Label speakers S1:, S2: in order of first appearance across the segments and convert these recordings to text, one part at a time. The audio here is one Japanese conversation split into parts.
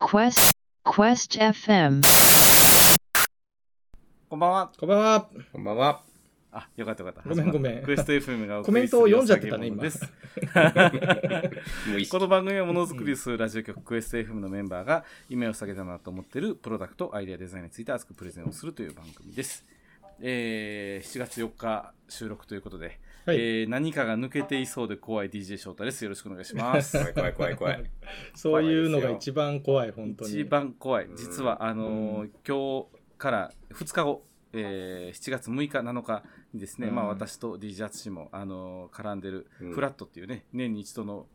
S1: Quest Quest FM
S2: こんばんは。
S3: こんばんは。
S4: こんばんは。
S2: あ、よかったよかった。
S3: ごめんごめん
S2: クエスト FM がお送りする
S3: コメントを読んじゃってたね今
S2: お酒物です
S4: もういいっす
S2: この番組はものづくりをするラジオ局クエスト FM のメンバーが夢を下げたなと思っているプロダクト、アイデア、デザインについて熱くプレゼンをするという番組です。えー、7月4日収録ということで、
S3: はい
S2: えー何かが抜けていそうで怖い DJ 翔太です。よろしくお願いします。
S4: 怖い怖い怖い怖 い。
S3: そういうのが一番怖い、本当に。
S2: 一番怖い実はあのー今日から2日後、えー7月6日7日にですね、
S4: うん
S2: まあ、私と DJ 淳も、あのー絡んでる
S4: うん
S2: フラットっていうね、年に一度の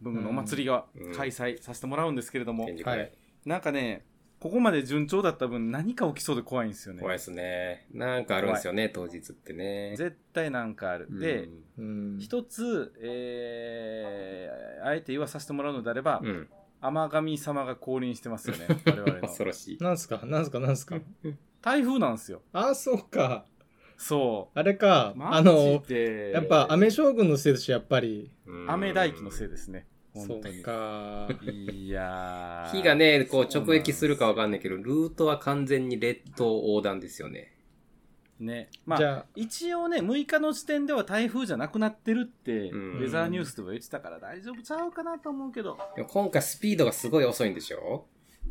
S2: 文具のお祭りが
S4: うん
S2: 開催させてもらうんですけれども、
S4: 展示
S3: は
S4: 会、
S3: い。
S2: なんかねここまで順調だった分何か起きそうで怖いんですよね
S4: 怖いですね。なんかあるんですよね、当日ってね。
S2: 絶対なんかある、で
S4: うん
S3: うん。
S2: 一つ、えーあえて言わさせてもらうのであれば、
S4: うん、
S2: 天神様が降臨してます よね我々の
S4: 恐ろしい。
S3: なんすかなんすかなんすか
S2: 台風なんですよ
S3: あ、そうか。
S2: そう
S3: あれか。
S2: マ
S3: あ
S2: ジ
S3: の、
S2: で
S3: やっぱ、雨将軍のせいだし、やっぱり。
S4: うん
S2: 雨大気のせいですね。
S3: そ
S2: 本
S3: う
S2: 当に。
S3: か。
S2: いやー
S4: 火が、ね、こう
S2: そうなん
S4: 直撃するかわかんないけど、ルートは完全に列島横断ですよね。
S2: ね、ま
S3: じ
S2: あ、
S3: ゃ
S2: 一応ね、6日の時点では台風じゃなくなってるって、
S4: うん
S2: ウェザーニュースでも言ってたから大丈夫ちゃうかなと思うけど、
S4: でも今回スピードがすごい遅いんでしょ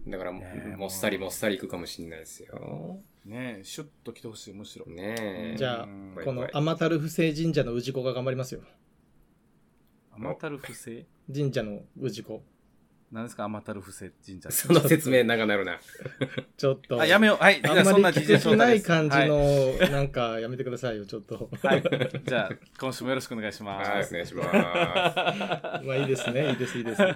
S4: だからも,、
S2: ねえ
S4: もっさりもっさり行くかもしれないですよ。
S2: ね、シュッと来てほしい、むしろ。
S4: ねえ。
S3: じゃあ
S2: うん
S3: あ、
S4: 怖い
S3: この天樽不正神社の氏子が頑張りますよ。
S2: 天たる不正
S3: 神社の氏子。
S2: 何ですか、天たる不正神社って。
S4: その説明長なるな。
S3: ちょっと。
S2: あ、やめよう。はい、じゃ
S3: あ
S2: あ
S3: んま
S2: そん
S3: り
S2: な
S3: 聞
S2: 事情
S3: き
S2: 紹
S3: な
S2: 介で
S3: い
S2: す
S3: 感じ
S2: は
S3: の、なんか、やめてくださいよ、ちょっと。
S2: い。はいじゃあ、今週もよろしくお願いしま
S4: はい、お
S2: す。
S4: 願いしま
S3: まあいいですね、いいです、いいです。はい。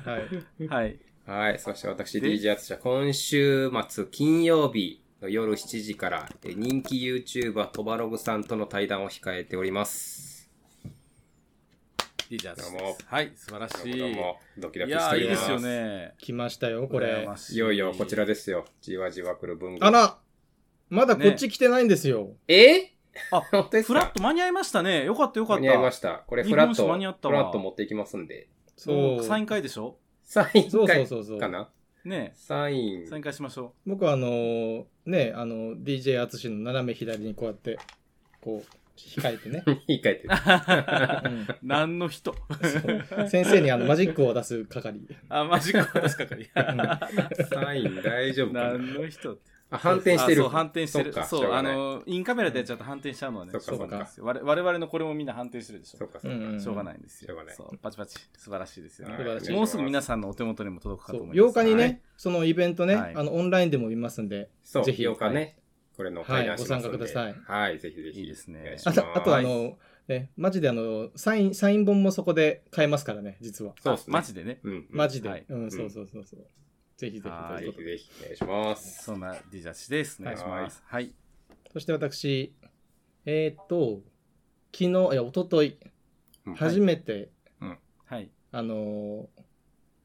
S2: はい。
S4: す。はい、そして私、
S2: で
S4: DJ アツシは今週末金曜日の夜7時から、え人気 YouTuber トバログさんとの対談を控えております。
S2: いいじゃん。
S4: どうも
S2: はい、素晴ら
S4: ど
S2: し
S4: うもどう
S2: い。
S4: も、ドキド
S2: い
S4: キし
S2: や
S4: て
S2: ー、い
S4: お
S2: い
S4: り
S2: で
S4: ます。
S2: すよね。
S3: 来ましたよ、これ
S2: 羨。まし
S4: いよいよ、こちらですよ。じわじわ来る文具。
S3: あらまだこっち来てないんですよ。
S4: え
S2: あ
S4: 本当です
S2: フ
S4: か
S2: ラット間に合いましたね。よかったよかった。
S4: 間に合いました。これフラ
S2: 日
S4: ッ
S2: 本酒
S4: ト、
S2: 間に合ったわ
S4: フラット持っていきますんで。
S3: そう。
S2: サイン会でしょ
S4: サイン
S3: そうそう
S4: 会
S3: そうそう。
S4: かな
S2: ね
S4: サイ
S2: え。
S4: ン
S2: サイン会しましょ
S3: 僕はあのーね、あの、DJ 淳の斜め左にこうやって、こう、控えて ね。
S4: に書いてる。
S2: う。
S3: うん
S2: 何の 人
S3: そう先生にあのマジックを出す係。
S2: あ、マジか。確かに。
S4: サイン大丈夫かな
S2: 何の人って。
S4: あ、反転してる。
S2: あそう、反転してる
S4: そっ。か
S2: そ
S4: しょ
S2: う、
S4: が
S2: あ
S4: ない
S2: の、インカメラでやっちゃうと反転しちゃうのはね
S4: そっ、か
S2: そう
S4: そっか。
S2: 我我々のこれもみんな反転してるでし
S4: そ
S2: ょ
S4: っ。か
S3: う
S4: そっか。
S3: ん、
S2: しょうがないんです
S4: し
S2: よ
S4: ょうがな。い
S2: そう、パチパチ。素晴らしいですよ
S4: は
S2: ね
S4: い
S3: 素晴らしい
S2: もうすぐ皆さんのお手元にも届くか
S3: そ
S2: と
S3: う
S2: 思います。
S3: 8日にね、
S2: はい。
S3: そのイベントね、
S2: はい
S3: あのオンラインでも見ますんで、
S4: そう、
S3: ぜひ
S4: 8日ね。これの会談しますん
S3: はいご参加くだ
S4: い。はい、ぜひぜひ。
S2: いいですね
S4: お願いし
S3: あ
S4: ます
S3: とあとあの、ね、マジであのサイン、サイン本もそこで買えますからね、実は。
S4: そうっすね
S2: マジでね。
S4: うんうん。
S3: マジで。
S2: はい
S3: うん、そううんそうそうそう。ぜひぜ
S2: は
S3: ひ
S2: い
S3: どう
S4: ぜ
S3: ぞ
S4: ひぜひ、お願いします。
S2: そんな D ジャッジです。お願いします。はい。
S3: そして私、えーっと、昨日、いや、一昨日
S4: うん
S3: 初めて、
S2: はい。
S3: あの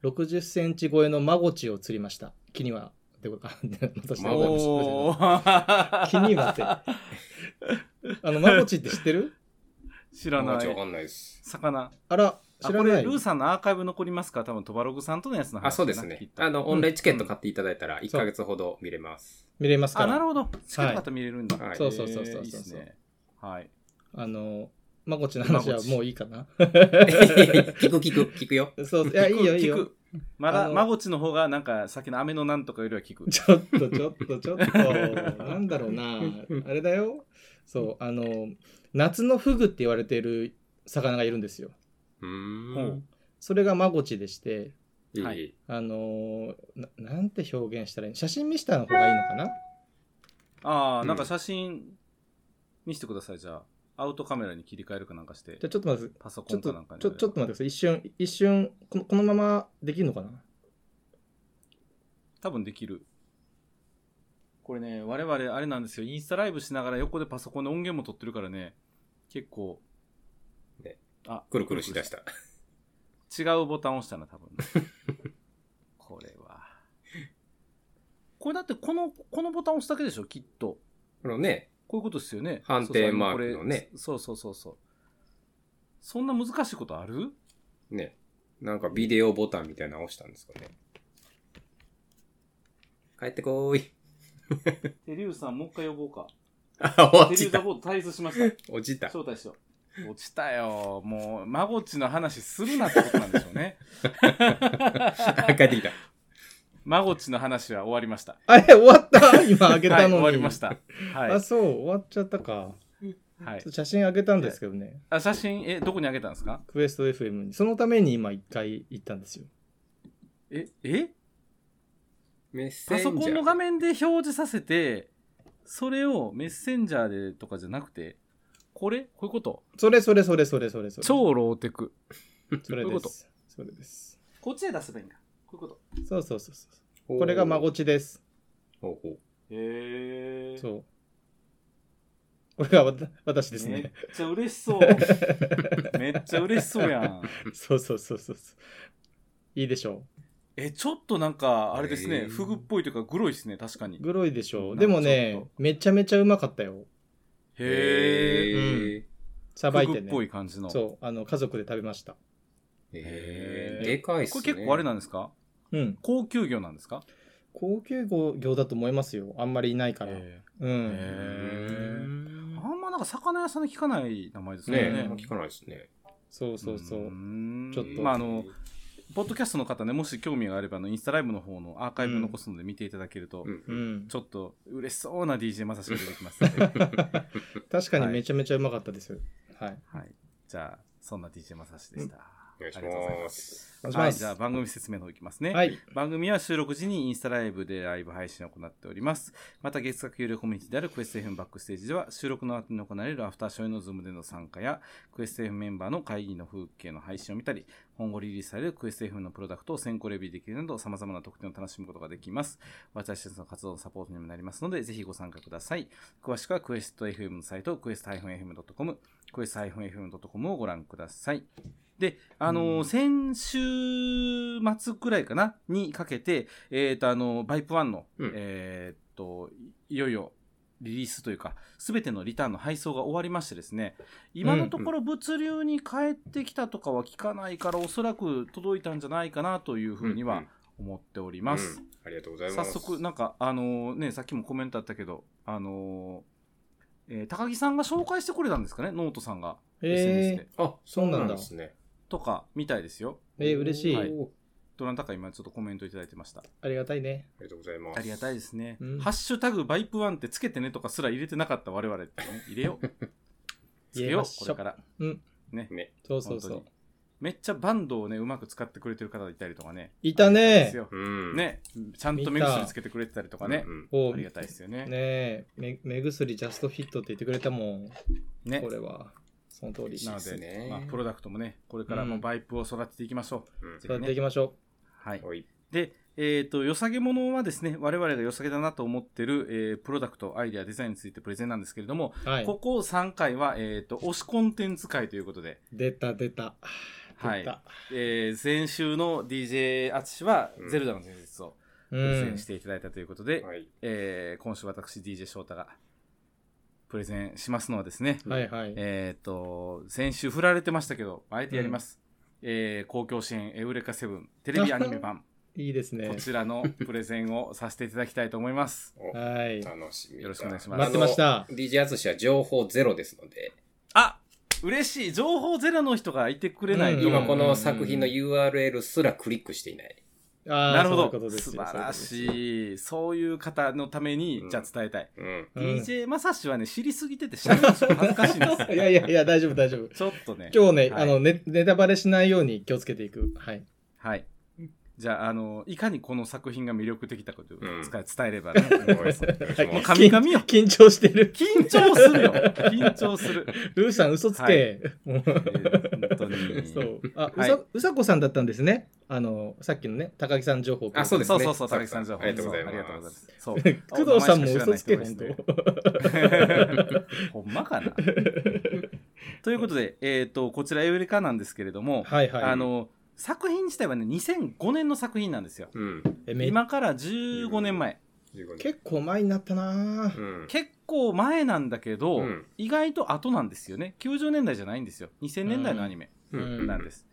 S3: ー、60センチ超えのマゴチを釣りました。木には。でごあ、で 私
S4: マゴチ
S2: お
S3: あ
S2: ー
S3: 気にはっての、マゴチって知ってる
S2: 知ら
S4: まあ
S2: な
S4: ちょわ
S2: い
S4: か。んないです。
S2: 魚。
S3: あら、
S2: あ、
S3: 知
S2: こ
S3: らな
S2: れ、
S3: い
S2: ル。ーさんのアーカイブ残りますか多分、トバログさんとのやつの話かな。
S4: あ、そうです
S2: きっ
S4: ね。
S2: と
S4: あの、オンラインチケット買っていただいたら、
S3: ん
S4: 1ヶ月ほど見れます。
S3: 見れますか
S2: あ、な
S3: ら。
S2: る
S3: あ
S2: ほど。チケットまた見れるんだ。
S4: はい
S3: そうそうそうそう
S2: えー
S3: そう
S2: いいっすね。はい。
S3: のー、マゴチの話はもういい かな。
S4: 聞く聞く、聞くよ。
S3: そう、いや、いいよ、いい
S2: 聞
S3: よ。
S2: く。ま
S3: あ
S2: だ、
S3: の
S2: まごちの方が、なんか、さっきの雨のなんとかよりは聞 く。
S3: ちょっとちょっとちょっとなんだろうなあれだよそうあの夏のフグって言われている魚がいるんですよ
S4: う
S2: ほ
S4: ー。
S2: うん
S3: それがマゴチでして
S4: い
S2: はい
S4: い。
S3: あのななんて表現したらいい写真見した方がいいのかな
S2: ああ、なん
S4: う
S2: か
S4: ん
S2: 写真見せてください、じゃあ。アウトカメラに切り替えるかなんかして
S3: じゃあ。ちょっとまず
S2: パソコ
S3: ちょっ
S2: ンか
S3: と
S2: なんかに。
S3: ちょちょっと待ってください一瞬一瞬このこのままできるのかな
S2: 多分できる。これね、我々あれなんですよ。インスタライブしながら横でパソコンで音源も撮ってるからね、結構。
S4: ね
S2: あ、
S4: くるくるしだした。
S2: 違うボタン押したな、多分。 これは。これだってこの、このボタン押すだけでしょ、きっと。
S4: このね、
S2: こういうことですよね。
S4: 判定マークのね
S2: そうそうそうそう。そうそうそうそうそんな難しいことある
S4: ね、なんかビデオボタンみたいなの押したんですかね。帰ってこーい。
S2: テリュウさん、もう一回呼ぼうか。
S4: あ、
S2: テ
S4: 落
S2: リュ
S4: ち
S2: ウザ
S4: た。
S2: ボード退出しました。
S4: 落ちた。
S2: 招待しよう。落ちたよ。もう、孫っちの話するなってことなんでしょうね。
S4: あ 帰ってきた。
S2: 孫っちの話は終わりました。
S3: あれ、終わった 今、あげ
S2: は
S3: たの
S2: い、
S3: に。
S2: 終わりました。は
S3: あ、
S2: い。
S3: そう、終わっちゃったか。
S2: は
S3: ち
S2: い
S3: ょっと、写真あげたんですけどね、
S2: あ写真、え、どこにあげたんですか
S3: クエスト FM に。そのために今、一回行ったんですよ。
S2: え、え
S4: メッセン
S2: パ
S4: ジャ
S2: ソ
S4: ー。
S2: コンの画面で表示させて、それをメッセンジャーでとかじゃなくて、これこういうこと
S3: それそれそれそれそれそれ。
S2: 超ローテク。
S3: それ
S2: こういうこ
S3: で
S2: と
S3: す。それです。
S2: こっちで出せばいいんだ。こういうこと。
S3: そうそうそうそう。
S4: おー
S3: これが孫ちです。
S4: ほうほう
S2: へえ。
S3: そう。これがわた私です
S2: めっ
S3: ね。
S2: ちゃ嬉しそう。めっちゃ嬉しそうやん。
S3: そうそうそうそうそう。いいでしょ
S2: え、ちょっとなんか、あれです
S4: へ
S2: ね、
S4: ー
S2: フグっぽいというか、グロいですね、確かに
S3: う。。グロいでしょ
S2: う
S3: う。
S2: ん
S3: でも
S2: ちょ
S3: ね
S2: っ、
S3: めちゃめちゃうまかったよ。
S2: へえ。
S4: へ
S3: さば
S2: フ
S3: い
S2: グ
S3: て
S2: っ
S3: ね。
S2: ぽい感じの。
S3: そう、あの、家族で食べました。
S4: ー
S2: へ
S4: へ
S2: ー
S4: ーでかいっす
S2: こ
S4: ね。
S2: れ結構あれなんですか
S3: うん。
S2: 高級魚なんですか
S3: 高級魚だと思いますよ。あんまりいないから。う
S2: へ
S3: ん。
S4: うーん
S2: あんまなんか魚屋さんで聞かない名前です
S4: ね
S2: ね。
S4: え、
S3: うん
S4: 聞かないですね。
S3: そうそうそう
S2: ー
S3: う。
S2: ん
S3: ちょっと
S2: まああの、ポッドキャストの方ね、もし興味があれば、あのインスタライブの方のアーカイブ残すので見ていただけると、
S4: うん
S3: う
S4: うん
S3: ん
S2: ち。ょっと嬉しそうな DJ まさしが出てきますので、
S3: 確かにめちゃめちゃうまかったです。はい。
S2: はい。じゃあ、そんな DJ まさしでした。
S4: お願いし
S2: ありがとうござい
S4: ま。
S2: ます
S3: お願いし
S2: は
S3: ま
S2: い、じ
S3: す。
S2: ゃあ番組説明の方いきますね。
S3: はい。
S2: 番組は収録時にインスタライブでライブ配信を行っております。また月額有料コミュニティであるクエスト FM バックステージでは収録の後に行われるアフターショーへのズームでの参加やクエスト FM メンバーの会議の風景の配信を見たり、今後リリースされるクエスト FM のプロダクトを先行レビューできるなど様々な特典を楽しむことができます。私たちの活動のサポートにもなりますので、ぜひご参加ください。詳しくはクエスト FM のサイト、クエスト -FM.com、クエスト -FM.com をご覧ください。で、あのー先週末くらいかなにかけて、えっ、と、あのーバイプ1の、
S4: うん
S2: えっと、いいよいよ、リリースというか、すべてのリターンの配送が終わりましてですね、今のところ物流に帰ってきたとかは聞かないから、おそらく届いたんじゃないかなというふうには思っており
S4: うん、
S2: ます。
S4: うんありがとうございま
S2: 早
S4: す。
S2: 速、なんか、あのーね、さっきもコメントあったけど、あのーえー高木さんが紹介してくれたんですかね、ノートさんが、SNS
S3: え
S2: で。
S4: あ、そうなんですね。
S2: とか、みたいですよ。
S3: ー、えー嬉しい。
S4: は
S3: あ
S4: いあ
S2: どなたか今ちょっとコメントいただいてました。
S3: りがたいね。
S4: りがとうございます。
S2: ありがたいですね。
S3: うん
S2: ハッシュタグバイプワンってつけてねとかすら入れてなかった我々ってね、入れよ う。つけ
S3: 入れ
S2: よ
S3: ま
S2: う、
S3: し
S2: こ
S3: ょう
S2: れから。
S3: うん
S2: ね。
S4: ね。
S3: そうそう
S2: 本
S3: そ
S2: 当
S3: う
S2: に。めっちゃバンドをね、うまく使ってくれてる方がいたりとかね。
S3: いたね
S2: です。よ
S4: うん。。
S2: ね。ちゃんと目薬つけてくれてたりとかね
S4: う。ん
S3: お
S2: ありがたいですよね。
S3: ねえ目、目薬ジャストフィットって言ってくれたもん。
S2: ね
S3: こ。れは。その通り。
S2: なの
S4: 嬉しい
S2: で、
S4: ですね
S2: まあ、プロダクトもね、これから
S3: う
S2: も
S3: ん
S2: バイプを育てていきましょう。
S4: うん。
S3: やっていきましょ
S2: はい。
S4: はい。
S2: で、えっ、と、良さげものはですね、我々が良さげだなと思ってる、えープロダクト、アイデア、デザインについてプレゼンなんですけれども、
S3: う。はい。
S2: ここ3回は、えっ、と、推しコンテンツ会ということで、
S3: 出た出た。
S2: はい
S3: 出た。
S2: えー先週の DJ アツシは、
S4: うん
S2: ゼルダの伝説を
S3: う
S2: プレゼン
S3: ん
S2: し。ていただいたということで、
S4: はい。
S2: えー今週私 DJ 翔太がプレゼンしますのはですね、
S3: はいはい。
S2: えっ、と、先週振られてましたけど、あえてやります。えー公共支援エウレカセブンテレビアニメ 版、
S3: いいです
S2: こ
S3: ね。
S2: ちら のプレゼンをさせていただきたいと思います。
S4: お
S3: はい。
S4: 楽しみだ。
S2: よろしくお願いします
S3: 待ってまし
S4: あ
S3: た。
S4: の。DJ アツシは情報ゼロですので、
S2: あ嬉しい情報ゼロの人がいてくれないと、
S3: うん
S4: 今この作品の URL すらクリックしていない。
S3: あー
S2: なるほ
S3: そういうこ
S2: ど
S3: とで
S2: 素
S3: す
S2: 晴ら
S3: い。
S2: しいそういう方のために、
S4: うん
S2: じゃあ伝えたい、
S4: うん。
S3: そういうことです
S2: DJ まさしはね知りすぎててしゃべるのちょっと恥ずかしいんですよ
S3: うん いやいやいや、大丈夫大丈夫。
S2: ちょっとね
S3: 今日ね、
S2: はい
S3: あのネ、ネタバレしないように気をつけていく。はい。
S2: はいじゃああのいかにこの作品が魅力的だかということを
S4: うん
S2: 伝え伝えれば ね、
S4: お願いします
S3: はい
S2: もう神々よ
S3: 緊張してる。
S2: 緊張するよ緊張する、
S3: ルーさん、嘘つけ。もう
S2: えー本当に
S3: そう。あ、
S2: はいう
S3: さ、うさこさんだったんですね。あの、さっきのね、高木さん情報。
S4: あそうです
S2: そう
S4: ね
S2: そうそう、高木さん情報。
S4: ありがとうございます
S2: そありがとうございます。そう
S3: 工藤さんも
S2: お名
S3: 嘘
S2: 前しか知
S3: つ
S2: ら
S3: け、
S2: ない人
S3: 本当
S2: がいるんですね。ほんまかなということで、えっ、と、こちらエウレカなんですけれども、
S3: はいはい。
S2: あの、作品自体はね、2005年の作品なんですよ。
S4: うん。
S3: えめ
S2: 今から15年前。
S4: 15
S3: 結構前になったなぁ
S4: うん。
S2: 結構前なんだけど、
S4: うん
S2: 意外と後なんですよね。90年代じゃないんですよ。2000年代のアニメ
S3: うん
S2: なんです。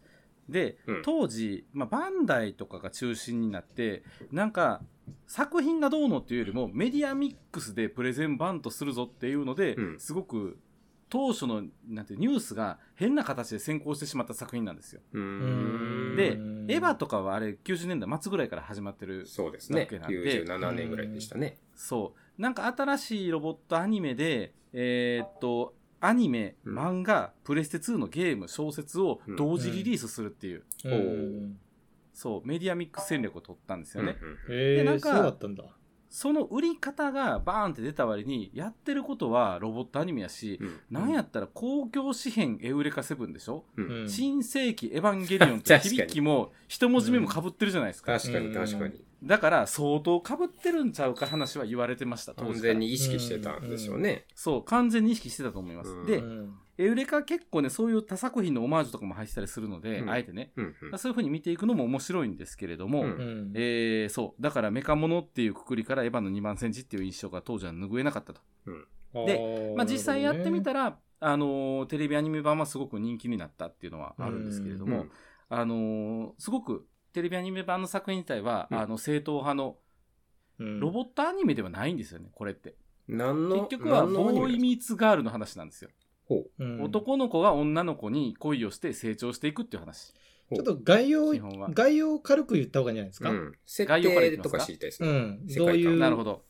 S2: で
S4: うん、
S2: 当時、まあ、バンダイとかが中心になって、なんか、作品がどうのっていうよりもメディアミックスでプレゼンバントするぞっていうので、
S4: うん
S2: すごく当初のなんていうニュースが変な形で先行してしまった作品なんですよ。
S4: うー
S3: うん
S4: ん。
S2: で、エヴァとかはあれ90年代末ぐらいから始まってる
S4: そうですね。
S2: だけなんで
S4: 97年ぐらいでしたね。
S2: そう。なんか新しいロボットアニメで、えーっと、アニメ、
S4: うん
S2: 漫画、プレステ2のゲーム、小説を同時リリースするっていう、
S3: う
S4: お
S3: ん。
S2: そう、メディアミックス戦略を取ったんですよね。
S4: うんうん
S3: え
S2: でな
S3: ー、
S2: ん
S3: そ
S2: か
S3: うだったんだ。
S2: その売り方がバーンって出た割に、やってることはロボットアニメやし、
S4: うん
S2: なんやったら公共紙幣エウレカセブンでしょ、
S4: うん
S3: うん
S2: 新世紀エヴァンゲリオンって
S4: 確かに
S2: 響きも一文字目も被ってるじゃないですか。
S4: 確かに確かに。
S2: だから相当被ってるんちゃうか話は言われてました、当時から
S4: 完全に意識してたんでしょうね。
S2: そう、完全に意識してたと思います。
S4: うん
S2: で
S3: う、ん
S2: エウレカは結構ね、そういう他作品のオマージュとかも入ってたりするので、
S4: うん
S2: あえてね、
S4: うんうん
S2: そういう風に見ていくのも面白いんですけれども、
S4: うん
S3: うん
S2: えーそう、だからメカモノっていうくくりからエヴァの2番センチっていう印象が当時は拭えなかったと。
S3: で
S2: まあ実際やってみたら、あのーテレビアニメ版はすごく人気になったっていうのはあるんですけれども、
S4: うん
S2: あのーすごくテレビアニメ版の作品自体は、
S4: うん
S2: あの正統派のロボットアニメではないんですよね、これって。
S4: 何の
S2: 結局は
S4: 何のアニメ
S2: ボーイミーツガールの話なんですよ。
S3: うん
S2: 男の子が女の子に恋をして成長していくっていう話。
S3: ちょっと概要
S2: 基本は
S3: 概要を軽く言った方がいいんじゃないですか、
S4: う
S3: うん
S4: ん、設
S2: 概要からいき
S4: 定
S2: ま
S4: と
S2: すか
S4: か知りたいですね。世界
S3: どう
S4: 観
S3: い
S2: なるほ
S3: う
S2: ど。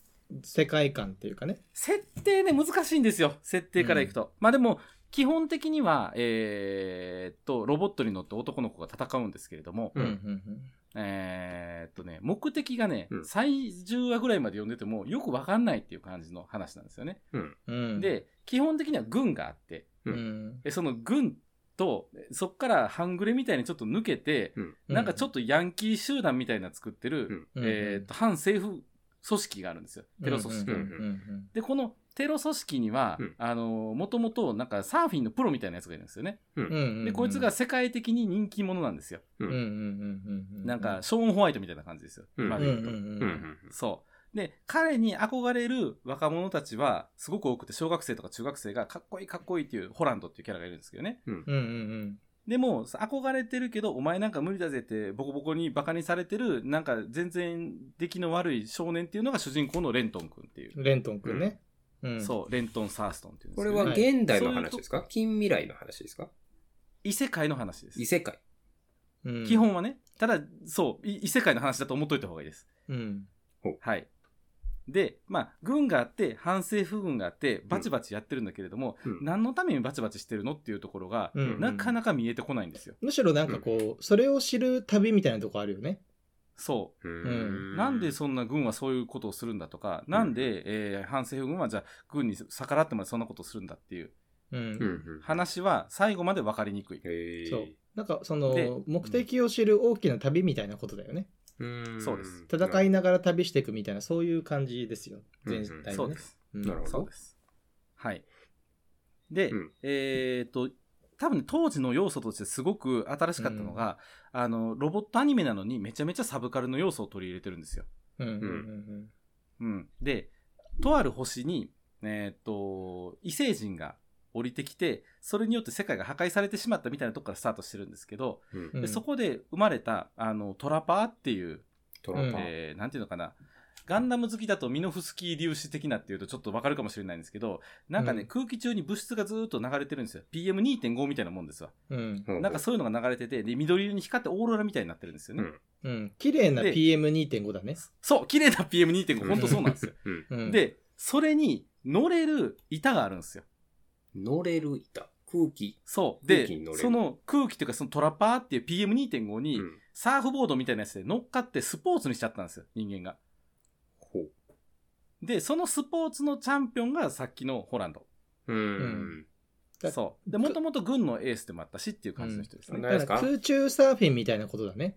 S3: 世界観っていうかね、
S2: 設定ね、難しいんですよ。設定からいくと。まあでも、基本的には、えーっと、ロボットに乗って男の子が戦うんですけれども、
S4: うん
S2: えーっとね、目的がね、
S4: うん
S2: 最10話ぐらいまで読んでても、よくわかんないっていう感じの話なんですよね。
S3: うんうんうん、
S2: で、基本的には軍があって、
S3: うん、
S2: えその軍と、そっから半グレみたいにちょっと抜けて、なんかちょっとヤンキー集団みたいな作ってる、
S3: うん、
S2: えーっと、反政府組織があるんですよ。テロ組織。
S3: うんうん
S2: で、このテロ組織には、
S4: うん
S2: あの、もともとなんかサーフィンのプロみたいなやつがいるんですよね。
S3: うんうんうん
S2: で、こいつが、世界的に人気者なんですよ。
S3: うんうんうんうん、
S2: なんか、ショーン・ホワイトみたいな感じですよ。
S4: うん
S2: まあ
S3: うん
S2: 言
S3: う
S2: うと
S3: んうん
S4: う
S3: うんん
S2: そう。で、彼に憧れる若者たちは、すごく多くて、小学生とか中学生が、かっこいいかっこいいっていう、ホランドっていうキャラがいるんですけどね。
S3: うんうん
S2: でも、憧れてるけど、お前なんか無理だぜって、ボコボコにバカにされてる、なんか全然出来の悪い少年っていうのが主人公のレントン君っていう。
S3: うんレントン君ね、うん、
S2: そう、レントン・サーストンっていうんで
S4: こ
S2: す
S4: れ
S2: よね
S4: は現代の話ですか近未来の話ですか
S2: 異世界の話です
S4: 異。世界。
S3: うん、
S2: 基本はね。ただ、そう、い異世界の話だと思っといた方がいいです。
S3: うん
S2: はい。で、まあ、軍があって、反政府軍があって、バチバチやってるんだけれども、
S4: うん
S2: 何のためにバチバチしてるのっていうところが、
S3: うん
S2: なかなか見えてこないんですよ。
S3: むしろなんかこう、それを知る旅みたいなとこあるよね。
S2: そうう。
S4: ん
S2: なんでそんな軍はそういうことをするんだとか、なんで、えー反政府軍はじゃあ軍に逆らってまでそんなことをするんだっていう
S3: うん。
S4: うんうん
S2: 話は最後まで分かりにくい。
S4: へー
S3: そう
S4: う。
S3: なんかそ
S2: で
S3: の目的を知る大きな旅みたいなことだよね。
S4: ーん
S2: そうです
S3: 戦いながら旅していくみたいな、そういう感じですよ。全体の
S4: だ
S3: ね。
S2: そうです。
S3: うん。
S4: なるほど
S2: そうです。はい。で、
S4: うん
S2: えっと、多分当時の要素としてすごく新しかったのが、あの、ロボットアニメなのにめちゃめちゃサブカルの要素を取り入れてるんですよ。
S3: うんうん
S2: うん。で、とある星に、えっと、異星人が降りてきて、それによって世界が破壊されてしまったみたいなとこからスタートしてるんですけど、
S4: うん
S3: うん
S2: でそこで生まれた、あの、トラパーっていう、
S4: トランパー。
S2: えーなんていうのかな。ガンダム好きだとミノフスキー粒子的なっていうとちょっとわかるかもしれないんですけど、なんかね、
S3: うん
S2: 空気中に物質がずーっと流れてるんですよ。PM2.5 みたいなもんですわ。
S3: うん。
S4: う
S2: なんかそういうのが流れてて、で、緑色に光ってオーロラみたいになってるんですよね。
S4: うん
S3: うん。綺麗な
S2: で
S3: PM2.5 だね。
S2: そう、綺麗な PM2.5、ほんとそうなんですよ。
S4: うん
S3: うん、
S2: で、それに乗れる板があるんですよ。
S4: 乗れる板。空気。
S2: そう。
S4: 空気に
S2: で
S4: 乗れ、る
S2: その空気というかそのトラパーっていう PM2.5 に
S4: うん
S2: サーフボードみたいなやつで乗っかってスポーツにしちゃったんですよ、人間が。
S4: ほう。
S2: で、そのスポーツのチャンピオンがさっきのホランド。
S4: う
S3: うん
S4: ん。
S3: だ
S2: そう。で、
S3: ぐ
S2: もともと軍のエースでもあったしっていう感じの人ですね。
S4: うん
S3: だから空中サーフィンみたいなことだね。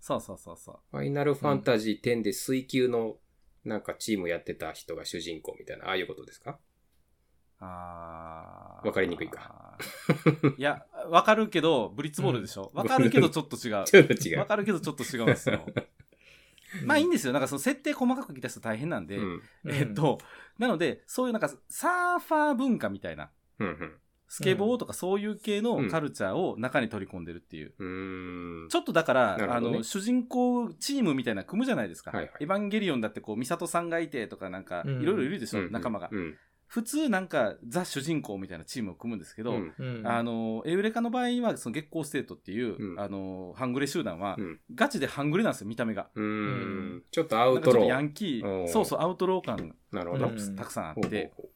S2: そうそうそうそう。
S4: ファイナルファンタジー10で水球のなんかチームやってた人が主人公みたいな、ああいうことです か
S2: あ
S4: わかりにくいか。
S2: いや、わかるけど、ブリッツボールでしょ。
S4: うん
S2: わかるけどちょっと違
S4: ち
S2: う。
S4: ょっと 違
S2: わ
S4: う。
S2: かるけどちょっと違うんです よ。まあいいん
S3: で
S2: ですよ。なんかその設定細かく聞き出すと大変なんで。
S4: うん。
S2: えっと、なので、そういうなんかサーファー文化みたいな
S4: うんうん。
S2: スケボーとかそういう系のカルチャーを中に取り込んでるっていう。
S4: うーん。
S2: ちょっとだから、
S4: なる
S2: あ
S4: ほどね
S2: の、主人公チームみたいなの組むじゃないですか。
S4: はいはい
S2: エヴァンゲリオンだってこう、ミサトさんがいてとかなんか、
S3: うん
S2: いろいろいるでしょ、
S4: うん
S2: 仲間が
S4: う。ん。
S2: 普通なんか、ザ主人公みたいなチームを組むんですけど、
S4: うん
S3: うん
S2: あの、エウレカの場合は、その月光ステートっていう、
S4: うん
S2: あの、ハングレ集団は、
S4: うん
S2: ガチでハングレなんですよ、見た目が。
S4: うー。
S3: うん
S4: ちょっとア
S2: な
S4: ウ
S2: んかちょ
S4: ト
S2: っ
S4: ロ
S2: とヤ
S4: ー。
S2: ンキ
S4: お
S2: ー、
S4: ー
S2: そうそう、アウトロー感
S4: なるほ
S2: が
S4: ど。
S3: うん
S2: たくさんあっ
S4: ほうほう
S2: て、
S4: ほ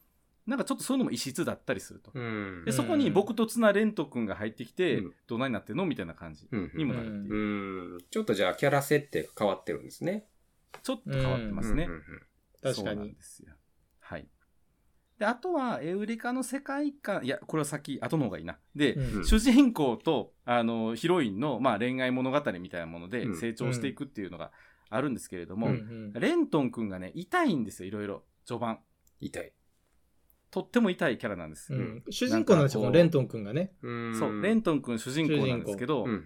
S2: なんかちょっとそういうのも異質だったりすると。
S4: ううん
S2: で、そこに僕と綱蓮人くんが入ってきて
S4: うん、
S2: どないなってんのみたいな感じ
S4: うん
S2: にもなるっていう
S4: う。ん。ちょっとじゃあキャラ設定が変わってるんですね。
S2: ちょっと変わってますね
S4: うん。うんうん
S3: 確か
S2: そうなん
S3: に。
S2: ですよ。はい。で、あとは、エウレカの世界観、いや、これは先、後の方がいいな。で、
S3: うん
S2: 主人公と、あの、ヒロインの、まあ、恋愛物語みたいなもので
S4: うん
S2: 成長していくっていうのがあるんですけれども、
S3: うんうん
S2: レントン君がね、痛いんですよ、いろいろ。序盤。
S4: 痛い。
S2: とっても痛いキャラなんです。
S3: うん主人公なんですよ、このレントン君がね。
S4: そ
S2: そう、レントン君主人公なんですけど、
S4: うんうんうん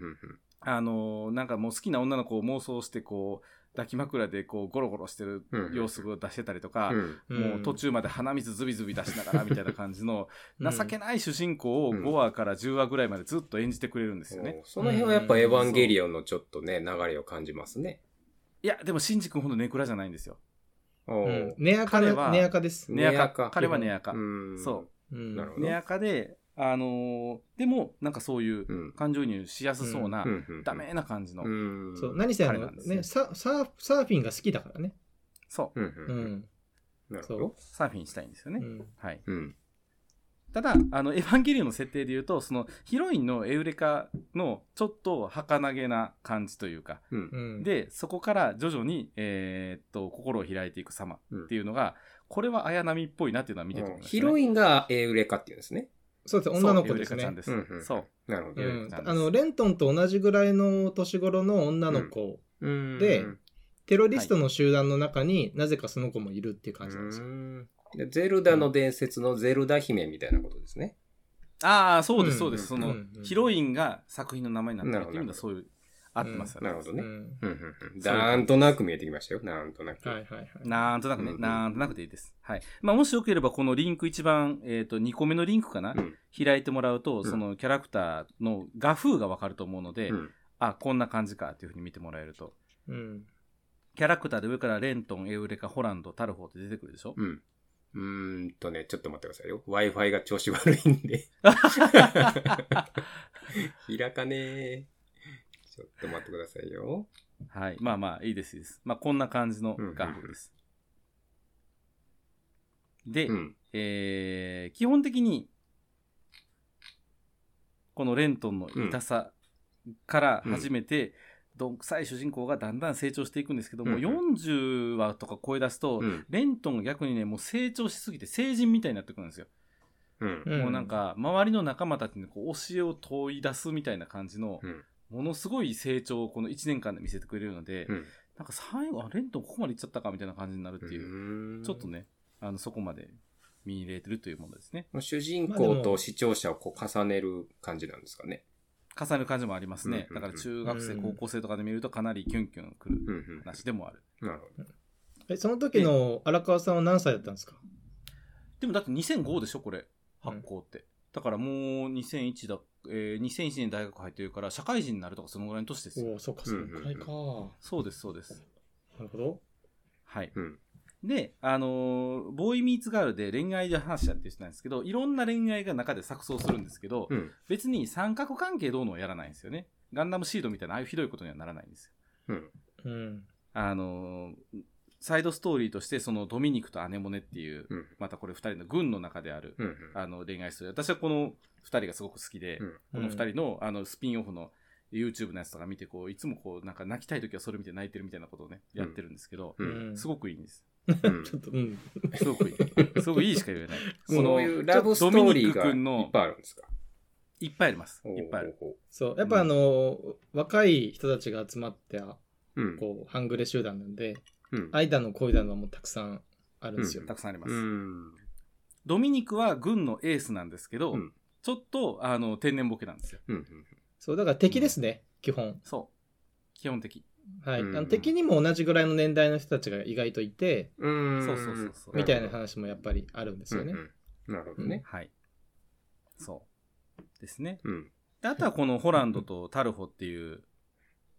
S2: あのなんかもう好きな女の子を妄想して、こう、抱き枕でこう、ゴロゴロしてる様子を出してたりとか、
S4: うん
S2: もう途中まで鼻水ズビズビ出しながらみたいな感じの情けない主人公を5話から10話ぐらいまでずっと演じてくれるんですよね。
S4: おその辺はやっぱエヴァンゲリオンのちょっとね、流れを感じますね。
S2: いや、でもシンジ君ほどネクラじゃないんですよ。
S3: う
S4: お
S3: ん
S4: ー
S3: 寝垢
S2: 彼
S3: の
S2: は
S3: 寝垢です。
S2: ネア
S4: ネア
S2: カ。
S4: カ
S2: 彼はネアカ。
S4: うん
S2: そ
S3: うん
S4: なるほど。
S2: ネアカで、あのーでもなんかそういううん感情移入しやすそうな、
S4: うんうんうん
S2: ダメな感じの、
S4: うん。
S3: そう何せあ
S2: 彼な
S3: の
S2: んですよ
S3: ねササーサーフィンが好きだからね。
S2: そう、
S4: うん
S3: う
S4: うん。
S3: ん。
S4: なるほど。
S2: サーフィンしたいんですよね。
S3: うん
S2: はい。
S4: うん。
S2: ただ、あの、エヴァンゲリオンの設定で言うと、そのヒロインのエウレカのちょっと儚げな感じというか、
S4: うん
S3: うん、
S2: で、そこから徐々に、えーっと、心を開いていく様っていうのが、これは綾波っぽいなっていうのは見てて思いました、ね。
S4: ヒロインがエウレカっていうんですね。
S3: そうです
S2: そう
S3: 女の子です
S2: エウレカちゃ
S3: ね
S2: ん。です。
S4: うんうん
S2: そう。
S4: なるほ
S3: う
S4: ど。
S3: ん
S2: ちゃんです
S3: あのレントンと同じぐらいの年頃の女の子、
S4: うん
S3: で
S4: うん
S3: テロリストの集団の中になぜかその子もいるっていう感じなんですよ。
S4: でゼルダの伝説のゼルダ姫みたいなことですね。
S2: ああ、そうです、
S3: うん
S2: そうです。その、
S3: うんうん
S2: ヒロインが作品の名前になってるっていう意味では
S4: なる
S2: そういう、合ってますよね。
S4: なるほどね。
S3: うん
S4: うんうんうんなんとなく見えてきましたよ。なんとなく。
S3: はいはいはい。
S2: なんとなくね、
S4: うん
S2: なんとなくでいいです。はい。まあ、もしよければ、このリンク一番、えーっ、と、2個目のリンクかな、
S4: うん
S2: 開いてもらうと、
S4: ん
S2: そのキャラクターの画風がわかると思うので、
S4: うん
S2: あ、こんな感じかっていうふうに見てもらえると。
S3: うん
S2: キャラクターで上からレントン、エウレカ、ホランド、タルホーって出てくるでしょ
S4: うん。うーんとね、ちょっと待ってくださいよ。Wi-Fi が調子悪いんで。開かねえ。ちょっと待ってくださいよ。
S2: はい。まあまあ、いいです、いいです。まあ、こんな感じの
S4: うん
S2: 画風です。で、
S4: うん。
S2: えー基本的に、このレントンの痛さから始めて、どんくさい主人公がだんだん成長していくんですけども、
S4: うん
S2: 40話とか声出すと、
S4: うん。
S2: レントンが逆にね、もう成長しすぎて成人みたいになってくるんですよ。
S4: うん。
S3: うん
S2: もうなんか、周りの仲間たちにこう教えを問い出すみたいな感じの、
S4: うん
S2: ものすごい成長をこの1年間で見せてくれるので、
S4: うん
S2: なんか最後、あ、レントンここまで行っちゃったかみたいな感じになるっていう、
S4: うん
S2: ちょっと。ね、あの、そこまで見入れてるというものですね。
S4: 主人公と視聴者をこう重ねる感じなんですかね。
S2: 重ねる感じもありますね。
S4: うん
S2: だから中学生、
S3: うん
S2: 高校生とかで見るとかなりキュンキュンくる
S4: うんうん。な
S2: 話でもある。
S4: るほど。
S3: えその時の荒川さんは何歳だったんですか
S2: でもだって2005でしょ、これ。発行って。だからもう2001だ、えー2001年大学入ってるから、社会人になるとかそのぐらいの年ですよ。
S3: おお、そっか、そのくらいか。
S2: そうです、そうです。
S3: なるほど。
S2: はい。
S4: うん。
S2: で、あのーボーイミーツガールで恋愛で話し合ってる人なんですけど、いろんな恋愛が中で錯綜するんですけど、
S4: うん。
S2: 別に三角関係どうのをやらないんですよね。ガンダムシードみたいな、ああいうひどいことにはならないんですよ。
S4: う
S3: う
S4: ん。
S3: ん。
S2: あのーサイドストーリーとして、そのドミニクとアネモネっていう、
S4: うん。
S2: またこれ二人の軍の中である、
S4: うんうん。
S2: あの恋愛ストーリー。私はこの二人がすごく好きで、
S4: うん
S2: この二人のあのスピンオフの YouTube のやつとか見て、こう、いつもこう、なんか泣きたい時はそれ見て泣いてるみたいなことをね、やってるんですけど、
S4: う。
S3: うんん。
S2: すごくいいんです。
S4: うん
S3: ちょっと、うん。
S2: すごくいい。すごくいいしか言え ない。
S4: そういうラブストーリ
S2: ドミ
S4: ーが
S2: ニク君の
S4: いっぱいあるんですか
S2: いっぱいあります。いっぱいある。。
S4: ほうほう
S3: そう。やっぱあの、若い人たちが集まって、
S4: ほううん。
S3: こう、半グレ集団なんで、
S4: うん。
S3: 愛だの恋だのはもうたくさんあるんですよ。
S2: たくさんあります。
S4: うん。
S2: ドミニクは軍のエースなんですけど、
S4: うん
S2: ちょっとあの天然ボケなんですよ。
S4: うん。
S3: そう、だから敵ですね、基本。
S2: そう。基本的。
S3: はい。あ
S4: うん
S3: の敵にも同じぐらいの年代の人たちが意外といて、
S4: うん。
S2: そうそうそうそう
S3: みたいな話もやっぱりあるんですよね
S4: うん。うんなるほどね。
S2: はい。そう。ですね。
S4: うん。
S2: であとはこのホランドとタルホっていう、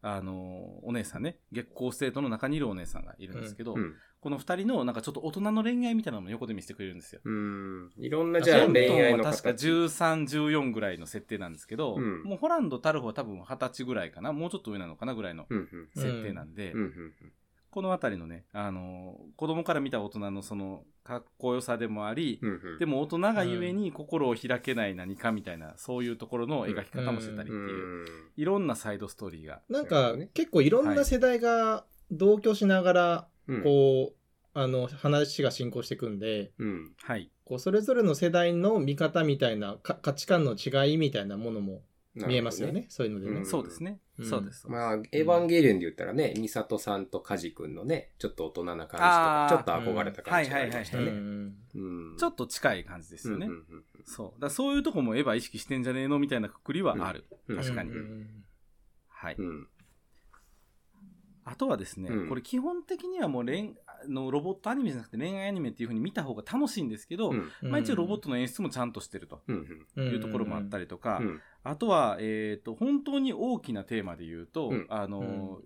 S2: あの、お姉さんね、月光生徒の中にいるお姉さんがいるんですけど、
S4: うん
S2: この二人のなんかちょっと大人の恋愛みたいなのも横で見せてくれるんですよ。
S4: うん。いろんな、じゃあ
S2: ホランド
S4: 恋愛の
S2: は確か
S4: 形。
S2: 13、14ぐらいの設定なんですけど、
S4: うん
S2: もうホランド、タルホは多分20歳ぐらいかな、もうちょっと上なのかなぐらいの
S4: うんうん。
S2: 設定なんで、
S4: うんうん
S2: この辺りのね、あの、子供から見た大人のその、かっこよさでもあり、
S4: うん。うんうん。
S2: でも大人がゆえに心を開けない何かみたいな、そういうところの描き方もしてたりって
S4: う
S2: いう、
S4: ん、
S2: いろんなサイドストーリーが。
S3: なん
S4: なるほ
S3: か
S4: どね
S3: 結構いろんな世代が同居しながら
S4: うん。
S3: こう、あの話が進行していくんで
S4: うん。
S2: はい。
S3: こうそれぞれの世代の見方みたいなか価値観の違いみたいなものも見えますよね。そういうのでね。
S4: うん
S2: そうですね。
S3: うん
S2: そうです。
S4: まあ、エヴァンゲリオンで言ったらね、ミサトさんとカジ君のね、ちょっと大人な感じとか
S2: あ、ー
S4: ちょっと憧れた感じがありました
S3: う
S2: うん
S4: ね。
S3: ん
S4: うん
S2: ちょっと近い感じですよね。
S4: うんうん
S2: そう。だからそういうとこもエヴァ意識してんじゃねえのみたいなくくりはある。
S4: うん
S2: 確かに。
S3: う
S4: うん
S3: ん
S2: はい。
S4: うん。
S2: あとはですね、
S4: うん
S2: これ基本的にはもう恋あのロボットアニメじゃなくて恋愛アニメっていう風に見た方が楽しいんですけど、
S4: うん
S2: まあ一応ロボットの演出もちゃんとしてると
S4: うん
S3: と
S2: いうところもあった
S3: り。
S2: りとか、
S4: うん
S2: あとは、えっ、と、本当に大きなテーマで言うと、
S4: うん
S2: あの、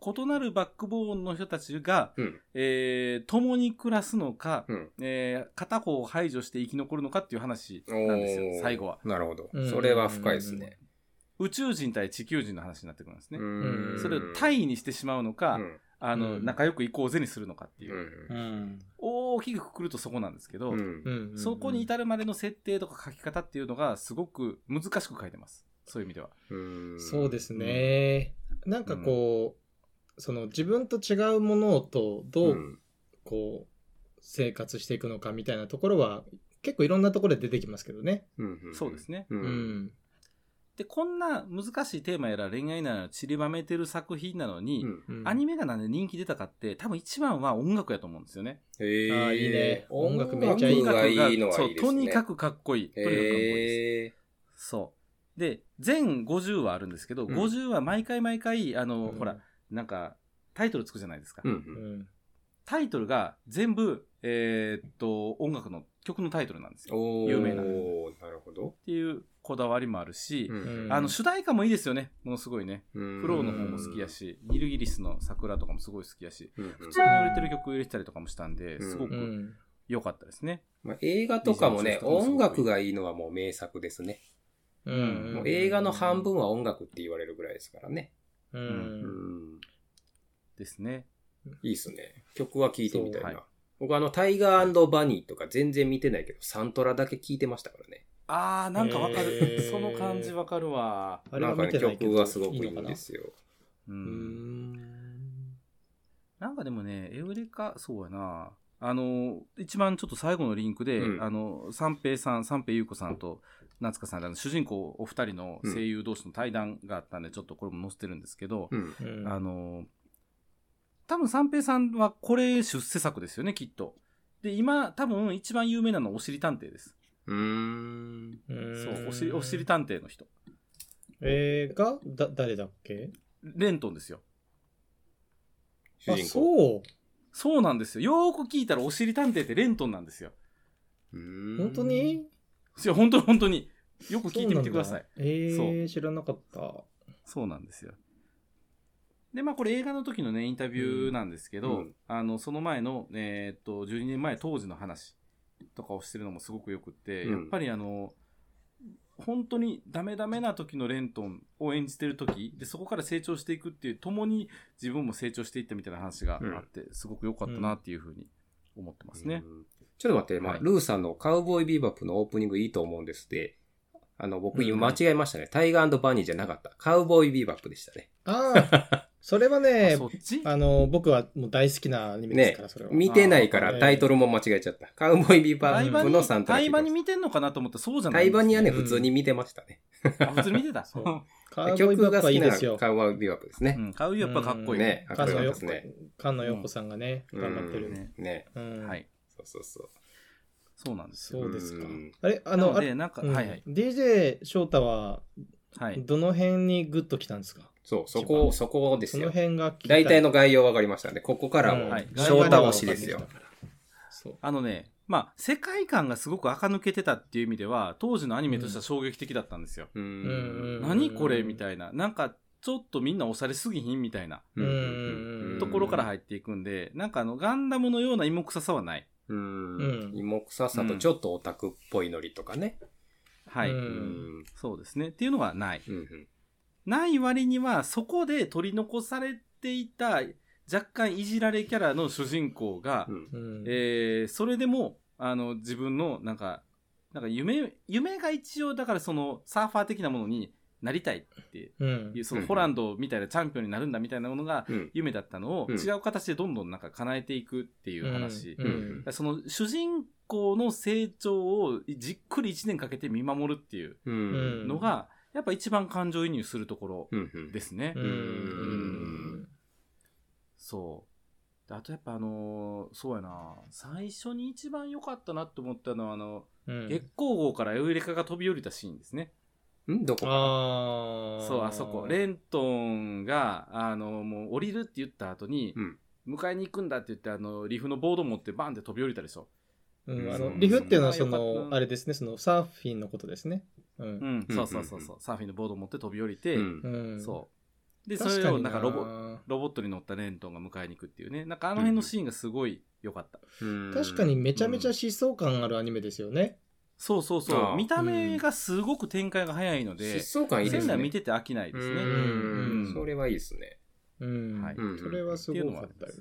S2: 異なるバックボーンの人たちが、
S4: うん
S2: えー共に暮らすのか、
S4: うん
S2: えー片方を排除して生き残るのかっていう話なんです
S4: お
S2: よ
S4: ー、
S2: 最後は。
S4: なるほど
S3: うん。
S4: それは深いですね。
S2: 宇宙人対地球人の話になってくるんですね。
S3: うん
S2: それを対位にしてしまうのか、
S4: うん
S2: あの、
S3: うん
S2: 仲良く行こうぜにするのかっていうう。
S4: ん
S3: うん
S2: 大きくくくるとそこなんですけど、
S4: うん
S3: うんうんうん
S2: そこに至るまでの設定とか書き方っていうのがすごく難しく書いてます。そういう意味では。
S4: うん
S3: そうですね。なんかこう、その自分と違うものとど
S4: う
S3: うんこう生活していくのかみたいなところは結構いろんなところで出てきますけどね。
S4: うんん
S2: そうですね
S4: う
S3: うんん。
S2: で、こんな難しいテーマやら恋愛なら散りばめてる作品なのに、
S4: うん
S3: うん
S2: アニメがなんで人気出たかって、多分一番は音楽やと思うんですよね。
S4: へー
S3: あーいいね音楽めっちゃいい
S4: 音
S2: 音楽
S4: 楽
S2: が
S4: がいいのはいいですね。
S2: そう、とにかくかっこいい。とにかくかっこいいです。
S4: へー
S2: そう。で、全50話あるんですけど、
S4: うん
S2: 50話毎回毎回、あの、
S3: うん
S2: ほら、なんか、タイトルつくじゃないですか。
S4: うん
S3: う
S4: うん
S3: ん。
S2: タイトルが全部、えーっと、音楽の曲のタイトルなんですよ。っ
S4: おー
S2: 有名な
S4: なるほど。
S2: ていうこだわりもあるし、
S3: ん
S2: あの、主題歌もいいですよね。ものすごいね。
S4: フ
S2: フローの方も好きやし、ニルギリスの桜とかもすごい好きやし、
S4: うんうん
S2: 普通に売れてる曲入れてたりとかもしたんで、
S4: うん
S2: すご
S3: う
S2: く
S3: ん。
S2: 良かったですね。
S4: まあ、映画とかもね
S2: リ、ズムシステムもすごい
S4: 音楽がいいのはもう名作ですね。
S3: うん
S4: もう映画の半。分は音楽って言われるぐらいですからね。
S3: う。
S4: うんん。
S2: ですね。
S4: いいっすね。曲は聴いてみたいな。
S2: そうはい
S4: 僕あの、タイガーバニーとか全然見てないけど、サントラだけ聴いてましたからね。
S2: あー、なんかわか
S3: へ
S2: る。
S3: ー
S2: その感じわかるわ。
S3: あれは見てないけど。
S4: んかね曲がすごくいい
S3: のか
S4: ん
S3: な
S4: ですよ。
S2: う
S3: うんん。
S2: なんかでもね、エウレカ、そうやな。あの、一番ちょっと最後のリンクで、
S4: うん
S2: あの、三平さん、三平優子さんと夏香さんであの主人公お二人の声優同士の対談があったんで、ちょっとこれも載せてるんですけど、
S4: うん。
S3: うん
S2: あの、多分三平さんはこれ出世作ですよね、きっと。で、今、多分一番有名なのはおしり探偵です。
S4: うーん。
S2: そう、おしり、おしり探偵の人。
S3: 映画だ、誰だっけ
S2: レントンですよ。
S4: 主
S3: あ、
S4: 人公。
S3: そう。
S2: そうなんですよ。よーく聞いたらおしり探偵ってレントンなんですよ。
S4: うーん
S3: 本当に
S2: いや、本当に本当に。よく聞いてみてください。。
S3: そうなんえ
S2: そ
S3: ー、知らなかった。
S2: そうなんですよ。で、まあこれ映画の時のね、インタビューなんですけど、
S4: うんうん
S2: あの、その前の、えーっと、12年前当時の話とかをしてるのもすごくよくって、
S4: うん
S2: やっぱりあの、本当にダメダメな時のレントンを演じてる時でそこから成長していくっていう共に自分も成長していったみたいな話があって、すごく良かったなっていうふうに思ってますね
S4: う。んちょっと待って、まあ、
S2: はい
S4: ルーさんのカウボーイビーバップのオープニングいいと思うんですって、あの、僕
S3: うん
S4: 今間違えましたね。タイガーバニーじゃなかった。カウボーイビーバップでしたね。
S3: ああ、それは
S2: あ
S3: ね、
S2: そっち
S3: あの、僕はもう大好きなアニメですから、それは。
S4: 見てないから
S3: あー
S4: タイトルも間違えちゃった。カウボーイビーバ
S2: 台
S4: ッ
S2: 場
S4: プ
S2: に
S4: のサントラ聞
S2: 台
S4: いてま
S2: 場
S4: す
S2: に見てんのかなと思ったらそうじゃない
S4: タ
S2: ん
S4: イ
S2: です
S4: バニはね、
S3: うん
S4: 普通に見てましたね。
S2: あ 普通に見てた。
S3: そう
S2: う
S3: カーボーイ
S4: 曲
S3: バップ
S4: が好
S3: はい
S4: き
S3: い
S4: な
S3: ですよ。
S4: カウボーイビーバップですね。
S2: ん、買うよやっぱかっこいい。
S4: ね、かっこよかったですね。
S3: 菅野陽子さんがね、
S4: うん
S3: 頑張ってる。
S2: ね
S4: ね、
S3: うん
S2: はい。
S4: そうそうそう。
S2: そうなんですよ。
S3: そうですか
S4: ん。
S3: あれ、あ
S2: あの
S3: の、あれ
S2: で、なんか、
S3: うん
S2: はいはい。
S3: DJ 翔太は、
S2: はい。
S3: どの辺にグッときたんですか
S4: そう、そこ、そこです
S3: その
S4: よ。
S3: 辺が聞きたい
S4: 大体の概要分かりましたんで、ここからはも、
S3: うん
S2: はいう
S4: 翔太推しですよ。
S3: そう。
S2: あのね、まあ、世界観がすごく垢抜けてたっていう意味では、当時のアニメとしては衝撃的だったんですよ。
S4: う
S3: うんうん
S4: ん。
S2: 何これみ
S3: い
S2: たいな。なんか、ちょっとみんなおしゃれすぎひんみたいな
S4: うん
S3: うん
S2: ところから入っていくんで、なんかあの、ガンダムのような芋臭さはない。
S4: う
S3: うん。
S4: ん。芋臭さとちょっとオタクっぽいノリとかね。
S2: はいう
S4: うんん。
S2: そうですね。っていうのはない。
S4: うんうん
S2: ない割には、そこで取り残されていた、若干いじられキャラの主人公が、
S4: うん
S3: うん
S2: えーそれでも、あの、自分の、なんか、なんか夢、夢が一応、だからその、サーファー的なものになりたいって
S3: うん
S2: いう、その
S4: うん
S2: ホランドみたいなチャンピオンになるんだみたいなものが
S4: うん
S2: 夢だったのを、
S4: うん
S2: 違う形でどんどんなんか叶えていくっていう話。
S3: うんうん
S2: その主人公の成長をじっくり1年かけて見守るっていう
S4: う
S3: うん
S4: ん。
S2: のが、やっぱ一番感情移入するところ
S4: うん。
S2: ですね。
S3: うんうん
S2: そう。であとやっぱあのーそうやな、最初に一番良かったなと思ったのは、あの、
S3: うん
S2: 月光号からエウレカが飛び降りたシーンですね。
S4: うんどこ
S3: ああ
S2: そう、あそこ。レントンが、あの、もう降りるって言った後に、
S4: うん
S2: 迎えに行くんだって言って、あの、リフのボード持ってバンって飛び降りたでしょ。
S3: うんあ
S4: そう
S3: のリフっていうのは
S2: そ
S3: そ
S2: んなよかった
S3: のあれですねそのサーフィンのことですねう
S2: うんん、
S4: うん
S2: そうそうそうそう、サーフィンのボード持って飛び降りて、
S4: うん
S3: うん
S2: そう。で、そ
S3: 確
S2: れ
S3: か
S2: を
S3: に
S2: なんかロボ、
S3: な
S2: ロボットに乗ったレントンが迎えに行くっていうね、なんかあの辺のシーンがすごい良かった。
S4: うん
S3: 確かにめちゃめちゃ疾走感あるアニメですよね
S2: そうそう
S4: あ
S2: そう、
S4: あ
S2: 見た目がすごく展開が早いので、
S4: 疾走感いいで
S2: 仙
S4: すね。
S2: 台見てて飽きないですね。
S4: うん
S2: うん
S4: それはいいですね。
S3: うん
S2: はい
S3: それはすごかったよ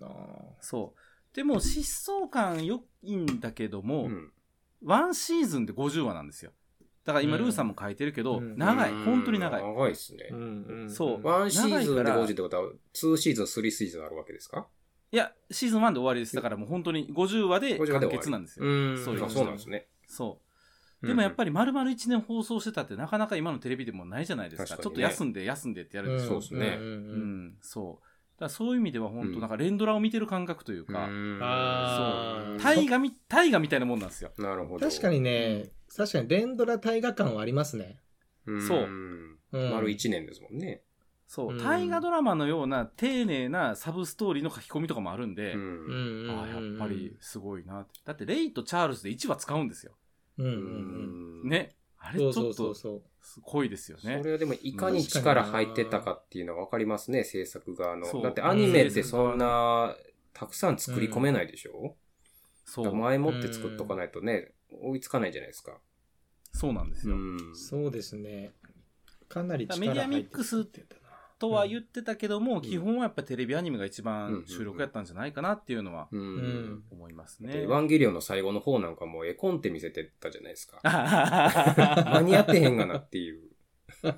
S2: そう。でも、疾走感良いんだけども、
S4: うん
S2: ワンシーズンで50話なんですよ。だから今、
S3: うん
S2: ルーさんも書いた書いてるけど、
S3: うん
S2: 長い。
S4: うん
S2: 本当に長い。
S4: 長いですね
S3: な、。うん
S2: そう
S4: ワンシーズンで
S2: 長いから
S4: 50ってことは、2シーズン、3シーズンあるわけですか
S2: いや、シーズン1で終わりです。だからもう本当に50話で
S4: ?50 まで
S2: 完
S4: 終わ
S2: 結
S4: り
S2: なんですよ。
S4: うん
S2: そういう
S4: あそうなんですね。
S2: そう。でもやっぱ
S4: り、
S2: り丸々1年放送してたってなかなか今のテレビでもないじゃないですか。
S4: 確かにね
S2: ちょっと休んで休んでってやるでしょ。
S4: そうですね
S3: ん
S2: うん、
S3: ん
S2: そう。だからそういう意味では本
S4: う
S2: 当
S4: ん
S2: なんか連ドラを見てる感覚という
S4: う
S2: か、
S4: ん
S3: あー
S4: そう
S2: 大河み、大河みたいなもんなんですよ。
S4: なるほど。
S3: 確かにね
S2: うん
S3: 確かに連ドラ大河感はありますね
S4: うん。
S2: そう
S3: うん
S4: 丸1年ですもんね。
S2: そうう。
S3: ん
S2: 大河ドラマのような丁寧なサブストーリーの書き込みとかもあるんで、
S4: うん
S3: うんうん
S2: ああ、や
S3: うん
S2: っぱりすごいなって。だって、レイとチャールズで1話使うんですよ。
S3: うんう
S4: うんん
S2: ね。あ
S3: う
S2: れ、
S3: ん
S2: ちょ
S3: そう
S2: っ
S3: そうそう
S2: と
S3: そう
S2: すごいですよね
S4: そ。れはでもいかに力入ってたかっていうのが分かりますね、制作側
S2: そう
S4: の。だってアニメってそんな、たくさん作り込めないでしょ、
S2: そ
S4: だから
S2: う。
S4: 前もって作っとかないとね、追いつかないじゃないですか。
S2: そうなんですよ。
S3: そうですねかなり力
S2: メディアミ
S3: 入っ
S2: ッ
S3: て
S2: クス
S3: 作ってたな
S2: とは言ってたけども、
S4: ん
S2: 基本はやっぱテレビアニメが一
S4: う
S2: 番
S4: ん
S2: 収録やったんじゃないかなっていうのは
S4: うん。
S3: ん
S2: 思います
S4: で
S2: ね。。
S4: ワンゲリオンの最後の方なんかもう絵コンテ見せてたじゃないですか
S2: あ
S4: 間に合ってへんがなっていう。あ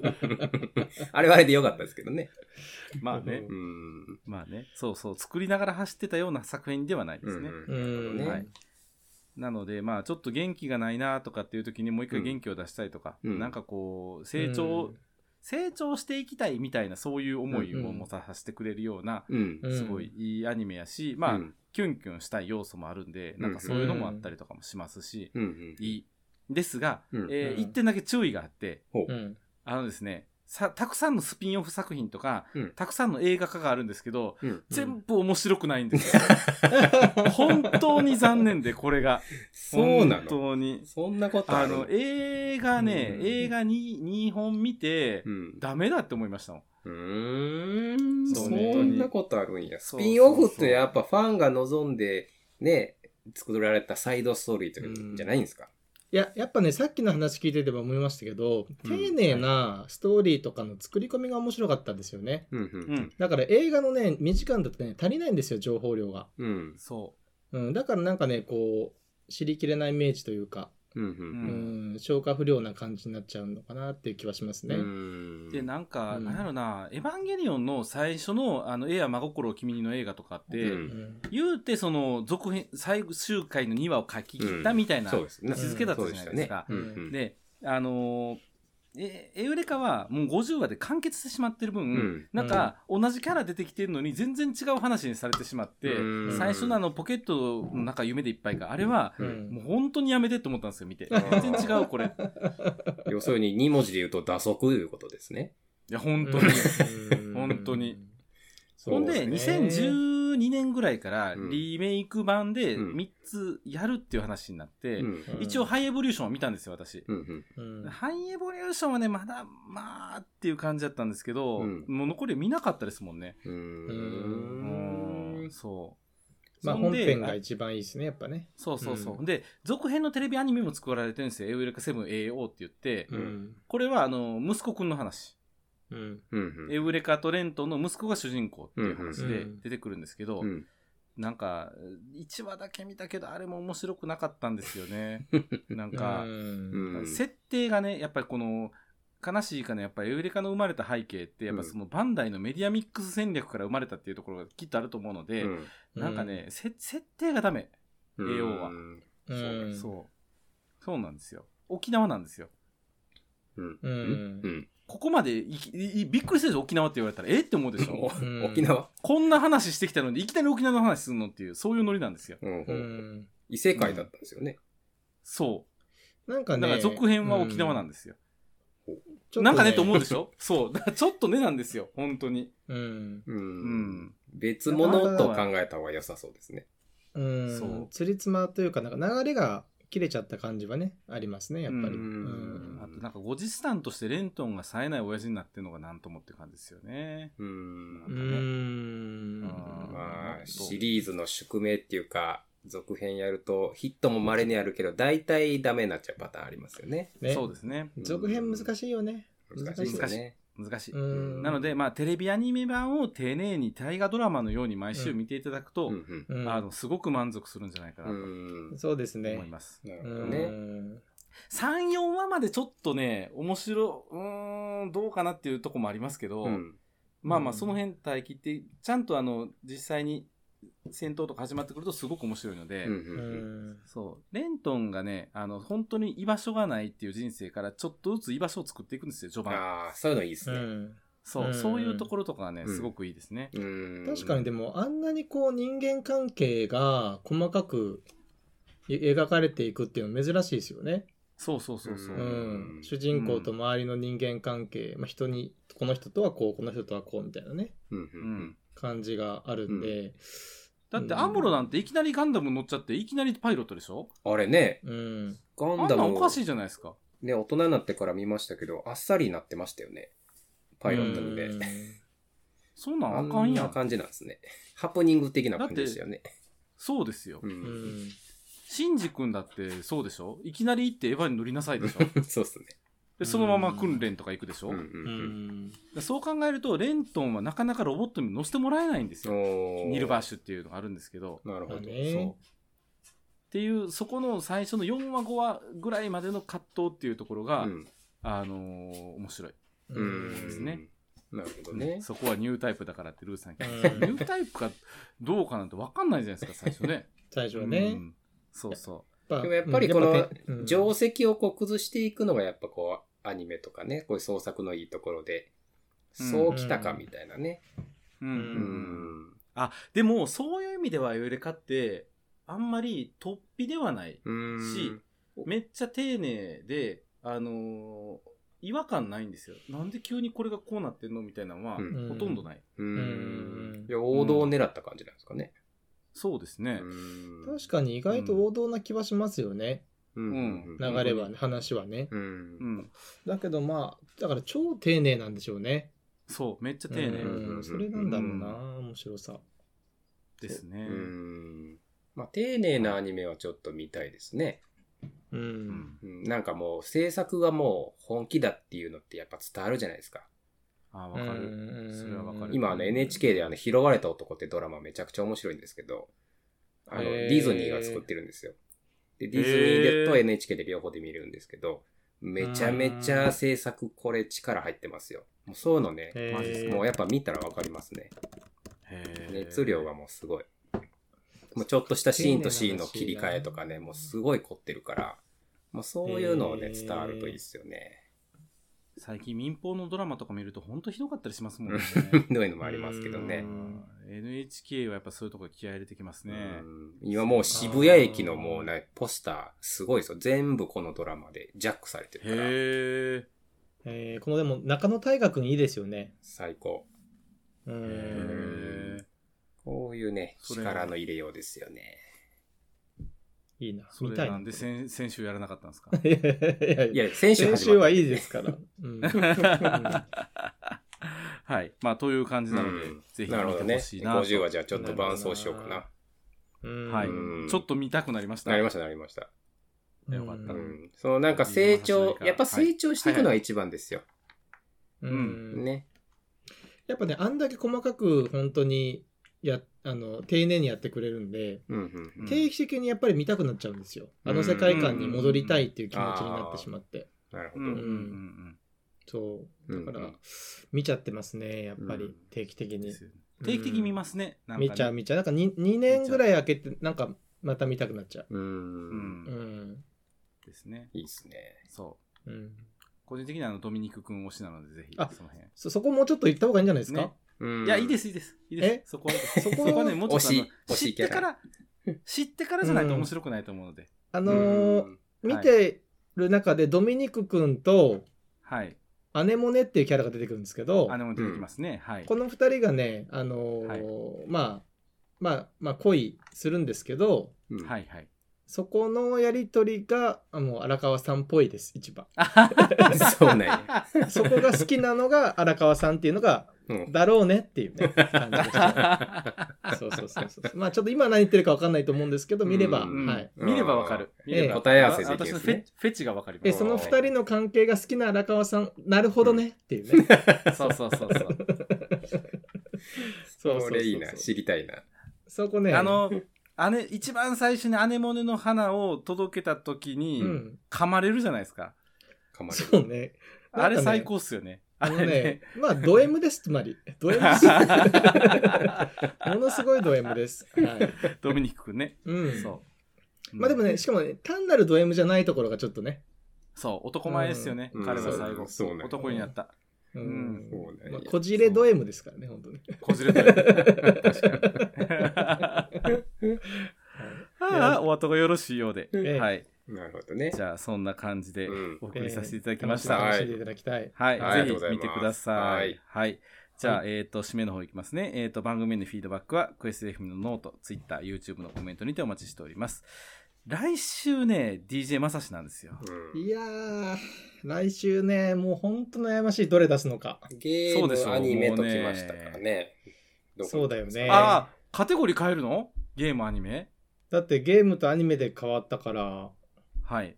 S4: れはあれでよかったですけどね。
S2: まあね
S4: う、ん。
S2: まあね、そうそう、作りながら走ってたような作品ではないで
S4: う
S2: すね。
S4: ん。
S3: うん
S4: ね
S2: はいなので、まあ、ちょっと元気がないなとかっていう時にもう一回元気を出したいとか、
S4: うん
S2: なんかこう、成長、成長していきたいみたいな、そういう思いを
S3: うんうん
S2: 持たさせてくれるような、
S4: うん。
S3: うん
S2: すごいいいアニメやし、まあ、キュンキュンしたい要素もあるんで、なんかそういうのもあったりとかもしますし、
S4: うん。
S2: いい。ですが、
S4: うん
S2: えー
S3: うん
S2: 一点だけ注意があって、
S3: うん
S2: あのですね、さ、たくさんのスピンオフ作品とか、
S4: うん
S2: たくさんの映画化があるんですけど、
S4: うん
S2: 全部面白くないんですよ。 本当に残念で、これが。
S4: そうな
S2: 本
S4: の
S2: 当に。
S4: そんなことあ
S2: あ
S4: る
S2: の、映画ね、
S4: うん
S2: 映画に2本見て、
S4: うん。
S2: ダメだって思いましたもん。
S4: うーん、
S2: そう
S4: そ
S2: ね
S4: んなことあるんや。ス
S2: そう
S4: ピンオフってやっぱファンが望んで、ね、作られたサイドストーリーとかじゃないんですか。
S3: いややっぱねさっきの話聞いてても思いましたけど
S4: うん
S3: 丁寧なストーリーとかの作り込みが面白かったんですよね
S4: うん、うん、
S3: だから映画のね2時間だとね足りないんですよ情報量が、
S4: うん、
S2: そ
S3: うん、だからなんかねこう知りきれないイメージというか、
S4: うん、
S3: う
S2: うん
S3: ん、消化不良な感じになっちゃうのかなっていう気はします
S4: う
S3: ね、
S4: ん。
S2: う。で、なんか、
S3: うん
S2: なんやろな、エヴァンゲリオンの最初の、あの、絵や真心を君にの映画とかって、
S4: う
S3: うんん
S2: 言うて、その、続編、最終回の2話を書き切ったみたいな、
S4: そうですね。
S2: 位置づけだったじゃないですか。
S4: うん、うん、
S2: で、あのーえ、エウレカはもう50話で完結してしまってる分、
S4: うん
S2: なんか、同じキャラ出てきてるのに全然違う話にされてしまって、
S4: うん
S2: 最初のあの、ポケットの中夢でいっぱいか、あれは、
S4: うん
S3: うん
S2: もう本当にやめてって思ったんですよ、見て。
S4: ー
S2: 全然違う、これ。い
S4: 要するに2文字で言うと打足ということですね。
S2: や、本当に。
S3: う ん
S2: 本当に
S3: うん
S2: ほん
S4: そう
S2: で、
S3: ですね
S2: 2012 2012年ぐらいから
S4: うん
S2: リメイク版で
S4: うん
S2: 3つやるっていう話になって、
S4: うん
S3: うん
S2: 一応ハイエボリューションを見たんですよ、私。
S4: うん
S3: うん
S2: ハイエボリューションはね、まだ、まあっていう感じだったんですけど、
S4: うん
S2: もう残り見なかったですもんね。
S4: う。
S2: うん
S4: うーん
S2: ん、そう。
S3: まあ
S2: そん
S3: 本
S2: で
S3: 編が一番いいですね、やっぱね。
S2: そうそうそう。
S3: うん
S2: で、続編のテレビアニメも作られてるんですよ。エウレカ 7AO って言って、
S4: うん
S2: これはあの、息子くんの話。
S3: うん。
S4: うん
S2: エウレカとレントの息子が主人公っていう話
S3: うんう
S2: で
S3: ん
S2: 出てくるんですけど、
S4: うん
S2: なんか、1話だけ見たけど、あれも面白くなかったんですよね。なん
S3: か
S2: か、
S4: うん
S2: 設定がね、やっぱりこの、悲しいかね、やっぱりエウレカの生まれた背景って、やっぱそのバンダイのメディアミックス戦略から生まれたっていうところがきっとあると思うので、
S4: うん
S2: なんかね、せ設定がダメ。
S4: うん
S2: AO は
S3: うん。
S2: そう。そうなんですよ。沖縄なんですよ。
S4: うん
S3: うん
S4: うん
S2: ここまでいきいいびっくりするでしょ沖縄って言われたら、えって思うでしょ
S3: ん
S4: 沖縄
S2: こんな話してきたのに、いきなり沖縄の話するのっていう、そういうノリなんですよ。
S4: うん
S3: う
S4: うん
S3: ん。
S4: 異世界だったんですよね。
S2: そ
S3: なん
S2: う。
S3: かね。
S2: だから続編は沖縄なん
S3: で。
S2: ですよ。
S3: ちょっと
S2: なんかねって思うでしょそう。だからちょっとねなんですよ。本当に。
S3: うん。
S2: う
S4: う。
S2: んん。
S4: 別物と考えた方が良さそうですね。
S3: うん。
S2: そう
S3: つりつまというか、なんか流れが切れちゃった感じはね、ありますね、やっぱり。
S2: う
S4: うん
S2: あとなんかご時世としてレントンが冴えない親父になってるのがなんともって感じですよね。
S4: う。
S3: うんん。
S2: うん
S4: まあ、シリーズの宿命っていうか、続編やるとヒットも稀にあるけど、大体ダメになっちゃうパターンありますよね。
S3: ね
S2: そうですね。
S3: 続編難しいよね。
S4: 難しいですね。
S2: 難しい。
S3: うん。
S2: なので、まあ、テレビアニメ版を丁寧に大河ドラマのように毎週見ていただくと、
S4: うん
S3: うん、
S2: あのすごく満足するんじゃないかな
S4: う
S2: と
S4: ん。
S3: そうですね。
S2: 思います。
S4: なる
S3: う
S4: ほど
S3: ん
S4: ね。
S2: 3、4話までちょっとね、面白、うーん、どうかなっていうとこもありますけど、
S4: うん。
S2: まあま
S3: う
S2: あ、
S3: ん
S2: その辺耐え切って、ちゃんとあの、実際に戦闘とか始まってくるとすごく面白いので、
S4: うん
S3: う
S4: うん
S3: ん。
S2: そう、レントンがね、あの、本当に居場所がないっていう人生からちょっとずつ居場所を作っていくんですよ、序盤。
S4: ああ、そういうのいいです
S3: う
S4: ね。
S3: ん。
S2: そう、
S3: うん
S2: そういうところとかはね、
S4: うん
S2: すごくいいですね。
S4: うん
S3: 確かにでもあんなにこう人間関係が細かくい描かれていくっていうの珍しいですよね。
S2: そうそうそうそう。
S3: う
S4: うんん。
S3: 主人公と周りの人間関係、まあ、人に、この人とはこう、この人とはこうみたいなね、
S4: うんうん
S3: 感じがあるんで。
S2: だって
S3: うん
S2: アムロなんていきなりガンダム乗っちゃっていきなりパイロットでしょ
S4: うん。あれね、
S3: うん。
S4: ガ
S2: あ
S4: ン
S2: ん
S4: ダ
S2: なん
S4: ム
S2: おかしいじゃないですか。
S4: ね、大人になってから見ましたけど、あっさりになってましたよね。パイロットに
S3: う
S4: ね。
S3: ん
S2: そんなん
S4: あ
S2: あかん
S4: ん
S2: や。
S4: なん感じなんですね。ハプニング的な感じでしたよね。
S2: そうですよ
S4: う。。
S3: うんん。
S2: シンジ君だってそうでしょいきなり行ってエヴァに乗りなさいで しょ
S4: そうっすね。
S2: で、そのまま訓練とか行くでしょ、
S4: うん
S3: う
S4: うん
S3: ん。
S2: でそう考えると、レントンはなかなかロボットに乗せてもらえないんです
S4: うん。
S2: よ。
S4: おー
S2: ニルバーシュっていうのがあるんですけど。
S4: なるほ
S3: まあ
S4: ど。
S2: そう
S3: ね。。
S2: っていう、そこの最初の4話5話ぐらいまでの葛藤っていうところが、
S4: うん
S2: あのー面白い。
S3: う
S4: うん
S2: です
S4: ん。
S2: ね
S4: なるほどね。
S2: そこはニュータイプだからってルーさん言って
S3: うん
S2: ニュータイプかどうかなんて分かんないじゃないですか、最初 ね。
S3: 最初は
S2: う
S3: ね。
S2: んそうそ
S3: で
S4: でもやっぱりこの定
S3: 上
S4: 石をこう崩していくのがやっぱこうアニメとかね、こういう創作のいいところで、
S2: うん
S4: そうきたかみたいなね。
S2: う。うん
S4: うん
S2: ん。あ、でも、そういう意味では、エウレカって、あんまり突飛ではない。
S4: うん
S2: しめっちゃ丁寧で、あのー違和感ないんですよ。なんで急にこれがこうなってんのみたいなのは、
S4: うん
S2: ほとんどない。
S4: うん
S3: うん。
S4: いや王道を狙った感じなんですかね。
S2: そうですね。
S3: 確かに意外と王道な気はしますよね。
S4: に。うん。
S3: 流れはね、話はね。
S4: うん
S2: う。ん。
S3: だけどまあ、だから超丁寧なんでしょうね。
S2: そう、めっちゃ丁寧
S3: うんそれなんだろうな、面白さ。
S2: ですね。
S4: うんまあ、丁寧なアニメはちょっと見たいですね。
S2: う
S3: う。
S2: んん
S4: うんなんかもう制作がもう本気だっていうのってやっぱ伝わるじゃないですか。
S2: あ、わかる。
S3: る
S2: それはわかる
S4: 今あの NHK であの拾われた男ってドラマめちゃくちゃ面白いんですけど、あの
S3: へー
S4: ディズニーが作ってるんですよ。で、ディズニーでと NHK で両方で見れるんですけど、めちゃめちゃ制作これ力入ってますよ。もうそういうのね、
S3: へー
S4: マジですもうやっぱ見たらわかりますね。
S2: へー
S4: 熱量がもうすごい。もうちょっとしたシーンとシーンの切り替えとかね、もうすごい凝ってるから、もうそういうのをね、
S3: へー
S4: 伝わるといいですよね。
S2: 最近民放のドラマとか見ると本当ひどかったりしますもんね。
S4: ひどいのもありますけど
S2: う
S4: ね。
S2: ん NHK はやっぱそういうとこ気合い入れてきますね。
S4: うん今もう渋谷駅のもうね、ポスター、すごいですよ。全部このドラマでジャックされてるから、
S2: へえ。
S3: えーこのでも中野大河君いいですよね。
S4: 最高。
S3: う
S2: へ
S3: ん。
S2: ー
S4: こそういうね、
S2: それ
S4: 力の入れようですよね。
S3: いいな。
S2: そ
S3: 見
S2: れ
S3: たい
S2: なんで先先週やらなかったんですか
S3: いやいやい
S4: い
S3: や。
S4: や、先週
S3: 先週はいい
S4: す。
S3: ですから。 うん。
S2: はい。まあ、という感じなので、
S4: うん
S2: ぜひ見
S4: なるほど
S2: て
S4: ね。
S2: ほしいなと。
S4: 50はじゃあちょっと伴奏しようか
S3: な
S4: な
S3: る。うん
S2: はい
S4: うん。
S2: ちょっと見たくなりました。
S4: なりました、なりました。
S3: うん
S2: よかった
S4: う
S2: うん
S4: ん。そのなんか成長、やっぱ成長していくのが一番ですよ。
S3: うん
S4: ね。
S3: やっぱね、あんだけ細かく本当にやあの丁寧にやってくれるんで、
S4: うんうんうん。
S3: 定期的にやっぱり見たくなっちゃうんですよ。あの世界観に戻りたいっていう気持ちになってしまって。
S4: なるほ
S2: う
S4: ど。
S2: んうんうん
S3: そう。だか
S4: うん
S3: ら
S4: うん、
S3: 見ちゃってますね、やっぱ
S4: う
S3: り
S4: ん、
S3: 定期的
S2: うんで
S3: に
S2: す。よね定期的に見ますね。なんかね
S3: 見ちゃう、見ちゃう。なんか 2, 2年ぐらい空けて、なんかまた見たくなっちゃう。
S4: う。
S2: うん。
S3: うんん。
S2: ですね。
S4: いいですね。
S2: そう。
S3: うん、
S2: 個人的にはあのドミニク君推しなので、ぜひ、
S3: あ
S2: その辺。
S3: そそこもうちょっと言った方がいいんじゃないですか、
S2: ね
S4: うん
S2: いや、いいです、いいです。いいです
S3: え。
S2: そこ は、そ
S3: こ
S2: こは
S3: は
S2: ね、もうちょっとあの
S4: 推し推
S2: 知
S4: し
S2: っ
S4: キャラ
S2: てから、知ってからじゃないと面白くないと思うので。
S3: あ
S4: う
S3: のー
S4: ん。
S3: 見てる中でドミニク君と
S2: はい。
S3: アネモネっていうキャラが出てくるんですけど、
S2: あれも出てきますね。はい。
S3: この2人がね、あのー
S2: はい
S3: まあまあまあ恋するんですけど
S4: うん
S2: はいはい。
S3: そこのやり取りがあもう荒川さんっぽいです 一番
S4: そうね。
S3: そこが好きなのが荒川さんっていうのが
S4: うん
S3: だろうねっていうね感じでした そうそうそうそうまあちょっと今何言ってるか分かんないと思うんですけど見れば、
S4: うん
S3: はい、
S2: 見ればわかる。見れば
S4: 答え合わせできる
S2: 私
S4: や
S2: の
S4: つ
S2: フェ
S4: ね
S2: フェチがわかりま
S3: え
S2: す。
S3: その2人の関係が好きな荒川さんなるほどねっていうね、
S2: そうそうそうそう。
S3: そうそうそうそう
S4: それいいな。知りたいな。
S3: そこね
S2: あの、姉、一番最初に姉モネの花を届けた時に
S3: う、ん
S2: 噛まれるじゃないですか。
S4: かまれ
S3: そうね
S2: あれ
S3: なんかね
S2: 最高っすよね。あ
S3: あの
S2: れ
S3: ね
S2: ね。、
S3: まあ、ド M です、つまり。ド M です。ものすごいド M です。はい。
S2: ドミニクくんね。
S3: うん。
S2: そう。
S3: まあでも
S2: ね。
S3: ね、しかもね、単なるド M じゃないところがちょっとね。
S2: そう、男前ですよね
S4: う。ん
S2: 彼は
S4: う
S2: 最
S4: ん
S2: 後
S4: そうそうね。
S2: 男になった。
S3: う
S2: うん
S3: ん。
S4: そうね
S3: まあ、こじれド M ですからね、本当ね。
S2: こじれ たよ。確 かに。ああ、お後がよろしいようで。
S3: ええ
S2: はい。
S4: なるほどね
S2: じ。ゃあ、そんな感じで
S4: うん
S2: お送りさせていただきま
S3: 楽
S2: し
S3: しみ
S2: た。
S3: に
S4: はい
S3: していただきたい。
S2: はい、
S4: はい
S2: ぜひ見てくださ
S4: あ
S2: い。
S4: りがとうござい
S2: はい。じゃあ、えっ、と、締めの方いきますね。えっ、と、番組へのフィードバックは、クエスト FM のノート、ツイッター、YouTube のコメントにてお待ちしております。来週ね、DJ まさしなんですよ。
S4: うん
S3: いやー、来週ね、もう本当悩ましい、どれ出すのか。
S4: ゲ
S2: そ
S4: ー
S2: うでしょ
S4: ム、アニメときましたからね。どこ
S3: そうだよね。
S2: ああ、カテゴリー変えるのゲーム、アニメ
S3: だってゲームとアニメで変わったから、
S2: はい。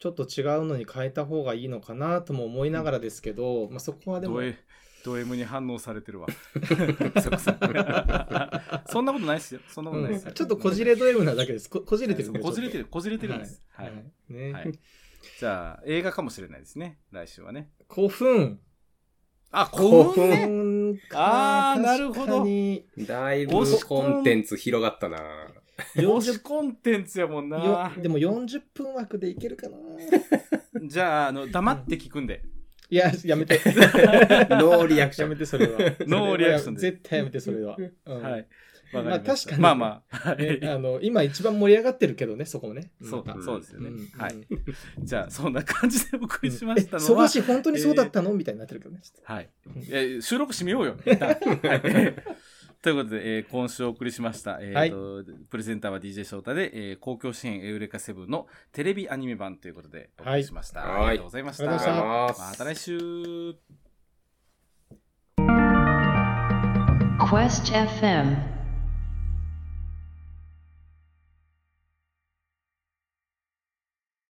S3: ちょっと違うのに変えた方がいいのかなとも思いながらですけど、まあそこはでも
S2: ド、 エ、ド M に反応されてるわ。 そこそこそんなことないですよ。そんなことないです
S3: う
S2: よ、
S3: んちょっとこじれド M なだけです。ここじれてるんで
S2: こじれて
S3: ちょっ
S2: る、こじれてるんです。
S3: と
S2: は。
S3: はいい。ね、
S2: はいじゃあ、映画かもしれないですね。来週はね。
S3: 古墳。
S2: あ、興奮ね。
S3: 古墳
S2: あーなるほど
S3: 確かに
S4: だいぶ
S2: 押し込ん
S4: コンテンツ広がったな。
S2: 推しコンテンツやもんな
S3: よ。でも40分枠でいけるかな。
S2: じゃあ、あの、黙って聞くんで。
S3: いや、やめて。
S4: ノーリアクシ
S3: や
S4: ョ
S3: め
S4: ン。
S3: て、それは。
S2: ノーリアクションで
S3: 絶対やめて、それは。うん
S2: はい。
S3: まあ
S2: わりした
S3: 確かに
S2: まあまあ。は
S3: ね
S2: い。
S3: あの今一番盛り上がってるけどね、そこもね。
S2: そう
S3: だ。
S2: そうですよね。
S3: うん
S2: は
S3: う
S2: い
S3: ん。
S2: じゃあ、そんな感じでお送りしま
S3: え
S2: したの
S3: そば
S2: は。
S3: し、本当にそうだったのみたいになってるけどね。ちょっと
S2: はい。え収録締め ようよ。一旦はい ということで、えー今週お送りしました、えーとプレゼンターは DJ 翔太で、えー公共支援エウレカセブンのテレビアニメ版ということでお送りしました。
S4: はい
S2: ありがとうございまし。
S3: ありがとうございました
S2: ま
S4: ま
S2: た来週。
S1: Quest FM